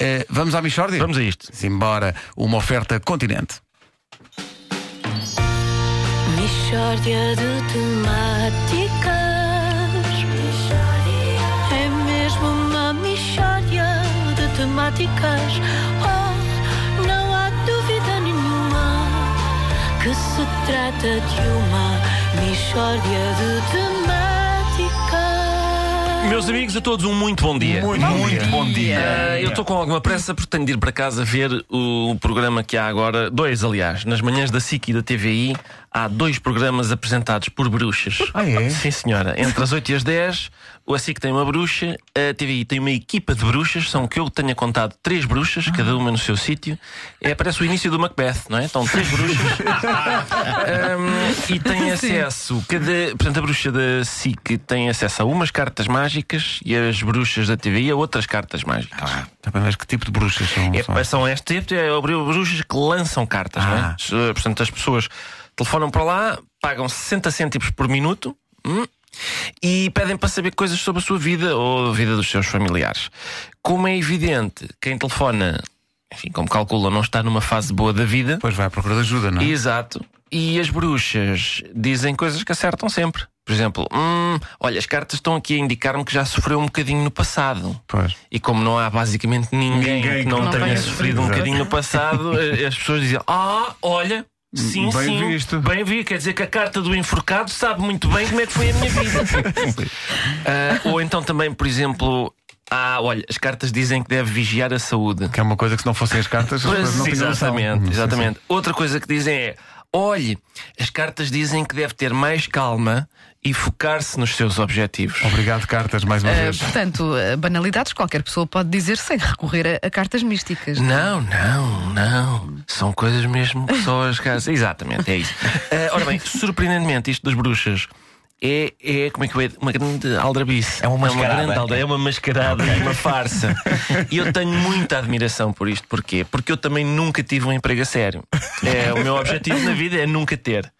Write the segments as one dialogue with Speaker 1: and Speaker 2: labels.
Speaker 1: Eh, vamos à Michórdia?
Speaker 2: Vamos a isto.
Speaker 1: Simbora, uma oferta continente.
Speaker 3: Mistória de temáticas. É mesmo uma mistória de temáticas. Oh, não há dúvida nenhuma que se trata de uma mistória de temáticas.
Speaker 2: Meus amigos, a todos um muito bom dia.
Speaker 1: muito bom dia.
Speaker 2: Ah, eu estou com alguma pressa porque tenho de ir para casa ver o programa que há agora, dois, aliás, nas manhãs da SIC e da TVI, há dois programas apresentados por bruxas.
Speaker 1: Ah, é?
Speaker 2: Sim, senhora. Entre as 8 e as 10, o a SIC tem uma bruxa, a TVI tem uma equipa de bruxas, são que eu tenha contado três bruxas, cada uma no seu sítio. É, parece o início do Macbeth, não é? Estão três bruxas. Um, e tem acesso, cada, portanto, a bruxa da SIC tem acesso a umas cartas mágicas e as bruxas da TVI a outras cartas mágicas.
Speaker 1: Ah, também, mas que tipo de bruxas são?
Speaker 2: É,
Speaker 1: são?
Speaker 2: pá, são este tipo, é abriu bruxas que lançam cartas, não
Speaker 1: Ah.
Speaker 2: é? Se, Portanto, as pessoas telefonam para lá, pagam 60 cêntimos por minuto hum, e pedem para saber coisas sobre a sua vida ou a vida dos seus familiares. Como é evidente, quem telefona, enfim, como calculam, não está numa fase boa da vida.
Speaker 1: Pois vai à procura de ajuda, não é?
Speaker 2: Exato. E as bruxas dizem coisas que acertam sempre. Por exemplo, hum, olha, as cartas estão aqui a indicar-me que já sofreu um bocadinho no passado.
Speaker 1: Pois.
Speaker 2: E como não há basicamente ninguém,
Speaker 1: Ninguém
Speaker 2: que não,
Speaker 1: que não
Speaker 2: tenha,
Speaker 1: tenha sofrido,
Speaker 2: sofrido um
Speaker 1: exato.
Speaker 2: bocadinho no passado, eh, as pessoas diziam: Ah, olha. Sim,
Speaker 1: Bem
Speaker 2: sim.
Speaker 1: visto."
Speaker 2: Bem vi, quer dizer que a carta do enforcado sabe muito bem como é que foi a minha vida. Ah, ou então também, por exemplo, ah, olha, as cartas dizem que deve vigiar a saúde.
Speaker 1: Que é uma coisa que se não fossem as cartas, as pessoas
Speaker 2: Pois,
Speaker 1: não tinham noção. Hum,
Speaker 2: exatamente,
Speaker 1: sim,
Speaker 2: exatamente. Outra coisa que dizem é: olhe, as cartas dizem que deve ter mais calma e focar-se nos seus objetivos.
Speaker 1: sim. Obrigado, cartas, mais uma
Speaker 2: É.
Speaker 1: vez.
Speaker 4: Ah, Portanto, eh, banalidades qualquer pessoa pode dizer sem recorrer a, a cartas
Speaker 5: é?
Speaker 4: místicas.
Speaker 2: Não, não, não. São coisas mesmo que só as casas. Exatamente, é isso. Ah, ora bem, surpreendentemente, isto das bruxas. É, é, como é que eu ia- Uma grande aldrabice. É uma
Speaker 6: mascarada.
Speaker 2: grande alda- é uma mascarada, é uma farsa. E eu tenho muita admiração por isto. Porquê? Porque eu também nunca tive um emprego a sério. É, o meu objetivo na vida é nunca ter.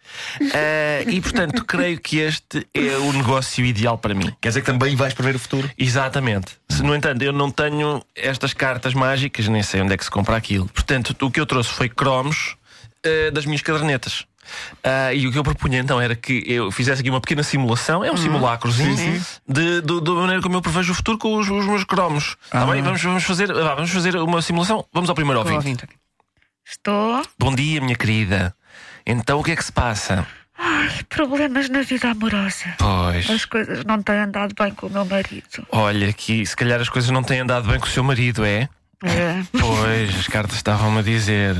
Speaker 2: Ah, e portanto, creio que este é o negócio ideal para mim.
Speaker 6: Quer dizer que também vais prever o futuro?
Speaker 2: Exatamente. Se, no entanto, eu não tenho estas cartas mágicas, nem sei onde é que se compra aquilo. Portanto, o que eu trouxe foi cromos eh, das minhas cadernetas. Ah, e o que eu propunha então era que eu fizesse aqui uma pequena simulação, é um simulacrozinho, de- do- da maneira como eu prevejo o futuro com os, os meus cromos. Tá bem? Vamos, vamos fazer, vá, vamos fazer uma simulação. Vamos ao primeiro
Speaker 4: Estou
Speaker 2: ouvinte.
Speaker 4: ouvindo. Estou.
Speaker 2: Bom dia, minha querida. Então o que é que se passa?
Speaker 5: Ai, problemas na vida amorosa. As
Speaker 2: Pois,
Speaker 5: coisas não têm andado bem com o meu marido.
Speaker 2: olha, que se calhar as coisas não têm andado bem com o seu marido, é?
Speaker 5: É.
Speaker 2: Pois, as cartas estavam-me a dizer.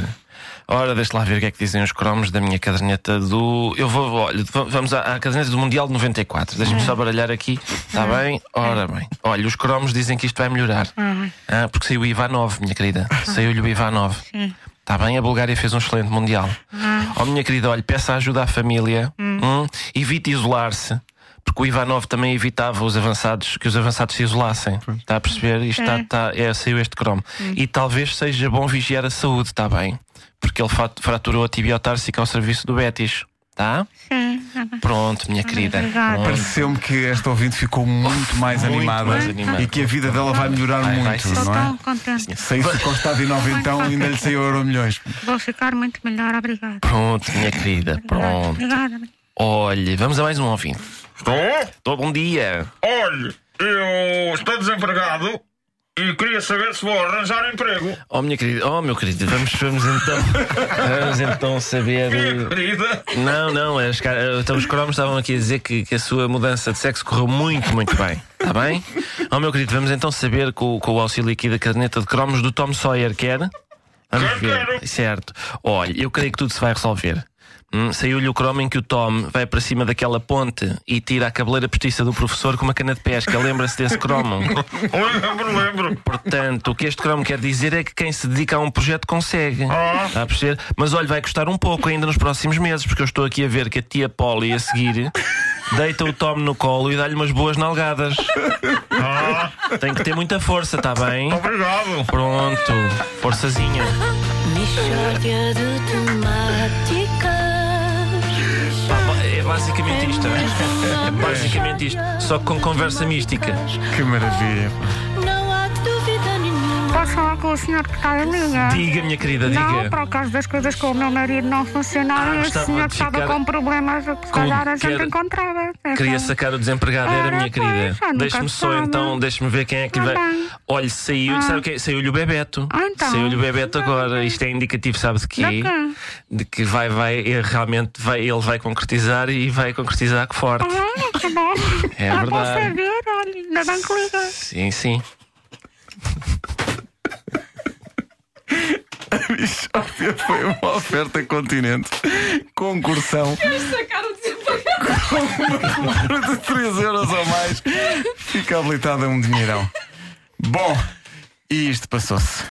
Speaker 2: Ora, deixa lá ver o que é que dizem os cromos da minha caderneta do. Eu vou, olha, va- vamos à, à caderneta do Mundial de 94. Deixa-me só baralhar aqui. Está bem? Ora bem. Olha, os cromos dizem que isto vai melhorar.
Speaker 5: Hum.
Speaker 2: Ah, porque saiu o Ivanov, minha querida. Saiu-lhe o Ivanov.
Speaker 5: Hum.
Speaker 2: Está bem? A Bulgária fez um excelente Mundial. Oh, minha querida, olha, peça ajuda à família. Hum, evite isolar-se. Porque o Ivanov também evitava os avançados que os avançados se isolassem. Está a perceber? Isto
Speaker 5: Hum.
Speaker 2: está, está- é, saiu este cromo. E talvez seja bom vigiar a saúde, está bem? Porque ele fa- fraturou a tibiotársica ao serviço do Betis. Está? Pronto, minha querida.
Speaker 5: Hum. obrigada.
Speaker 2: Pronto.
Speaker 1: Pareceu-me que esta ouvinte ficou muito mais
Speaker 2: Muito
Speaker 1: animada
Speaker 2: mais animada.
Speaker 1: e que a vida dela vai melhorar
Speaker 2: Vai, vai,
Speaker 1: muito,
Speaker 2: sim.
Speaker 5: Estou
Speaker 1: não é?
Speaker 5: tão contente.
Speaker 1: Saiu-se com o estado de nove, então ainda lhe saiu euro milhões.
Speaker 5: Vou ficar muito melhor, obrigada.
Speaker 2: Pronto, minha querida. Pronto.
Speaker 5: Obrigada.
Speaker 2: Olhe, vamos a mais um ouvinte.
Speaker 7: Estou?
Speaker 2: Tô, bom dia.
Speaker 7: Olhe, Oh, eu estou desempregado e queria saber se vou arranjar emprego.
Speaker 2: Oh, minha querida, oh, meu querido, vamos, vamos então. vamos então saber. eh,
Speaker 7: Minha querida,
Speaker 2: Não, não, as car- eh, então os cromos estavam aqui a dizer que, que a sua mudança de sexo correu muito, muito bem. Está bem? Oh, meu querido, vamos então saber com, com o auxílio aqui da caderneta de cromos do Tom Sawyer, quer? Vamos
Speaker 7: Quero,
Speaker 2: ver.
Speaker 7: quero.
Speaker 2: Certo. Olha, eu creio que tudo se vai resolver. Hum, Saiu-lhe o cromo em que o Tom vai para cima daquela ponte e tira a cabeleira postiça do professor com uma cana de pesca. Lembra-se desse cromo?
Speaker 7: lembro, lembro.
Speaker 2: Portanto, o que este cromo quer dizer é que quem se dedica a um projeto consegue. Está a perceber? Mas olha, vai custar um pouco ainda nos próximos meses, porque eu estou aqui a ver que a tia Polly a seguir deita o Tom no colo e dá-lhe umas boas nalgadas. Tem que ter muita força, está bem?
Speaker 7: Obrigado.
Speaker 2: Pronto, forçazinha.
Speaker 3: Mistória de temáticas.
Speaker 2: Pá, ba- É basicamente isto. é?
Speaker 3: É
Speaker 2: Basicamente isto. Só que com conversa mística.
Speaker 1: Que maravilha.
Speaker 3: Não há dúvida nenhuma
Speaker 5: Posso falar com o senhor que está em linha?
Speaker 2: Diga, minha querida,
Speaker 5: Não,
Speaker 2: diga.
Speaker 5: por acaso das coisas com o meu marido não
Speaker 2: Ah,
Speaker 5: funcionaram, e
Speaker 2: gostava
Speaker 5: o senhor
Speaker 2: de
Speaker 5: estava
Speaker 2: ficar-
Speaker 5: com problemas, se
Speaker 2: com-
Speaker 5: calhar a gente
Speaker 2: quer-
Speaker 5: encontrava. Então,
Speaker 2: Queria sacar o desempregado, era,
Speaker 5: Ora,
Speaker 2: minha
Speaker 5: pois,
Speaker 2: querida.
Speaker 5: já nunca
Speaker 2: Deixe-me
Speaker 5: se
Speaker 2: só
Speaker 5: sabe.
Speaker 2: então, deixe-me ver quem é que
Speaker 5: Tá
Speaker 2: vai.
Speaker 5: bem.
Speaker 2: Olha, saiu,
Speaker 5: Ah.
Speaker 2: sabe o que Saiu-lhe o Bebeto.
Speaker 5: Ah, então.
Speaker 2: Saiu-lhe o Bebeto agora. Isto é indicativo, sabe de quê?
Speaker 5: De quê?
Speaker 2: De que vai, vai, ele realmente vai, ele vai concretizar e vai concretizar que forte.
Speaker 5: Ah, que bom.
Speaker 2: É
Speaker 5: ah, bom
Speaker 2: verdade.
Speaker 5: saber, olha, ainda bem que liga.
Speaker 2: Sim, sim.
Speaker 1: Michórdia foi uma oferta continente. Concursão. Com uma compra de 3 euros ou mais. Fica habilitado a um dinheirão. Bom, e isto passou-se.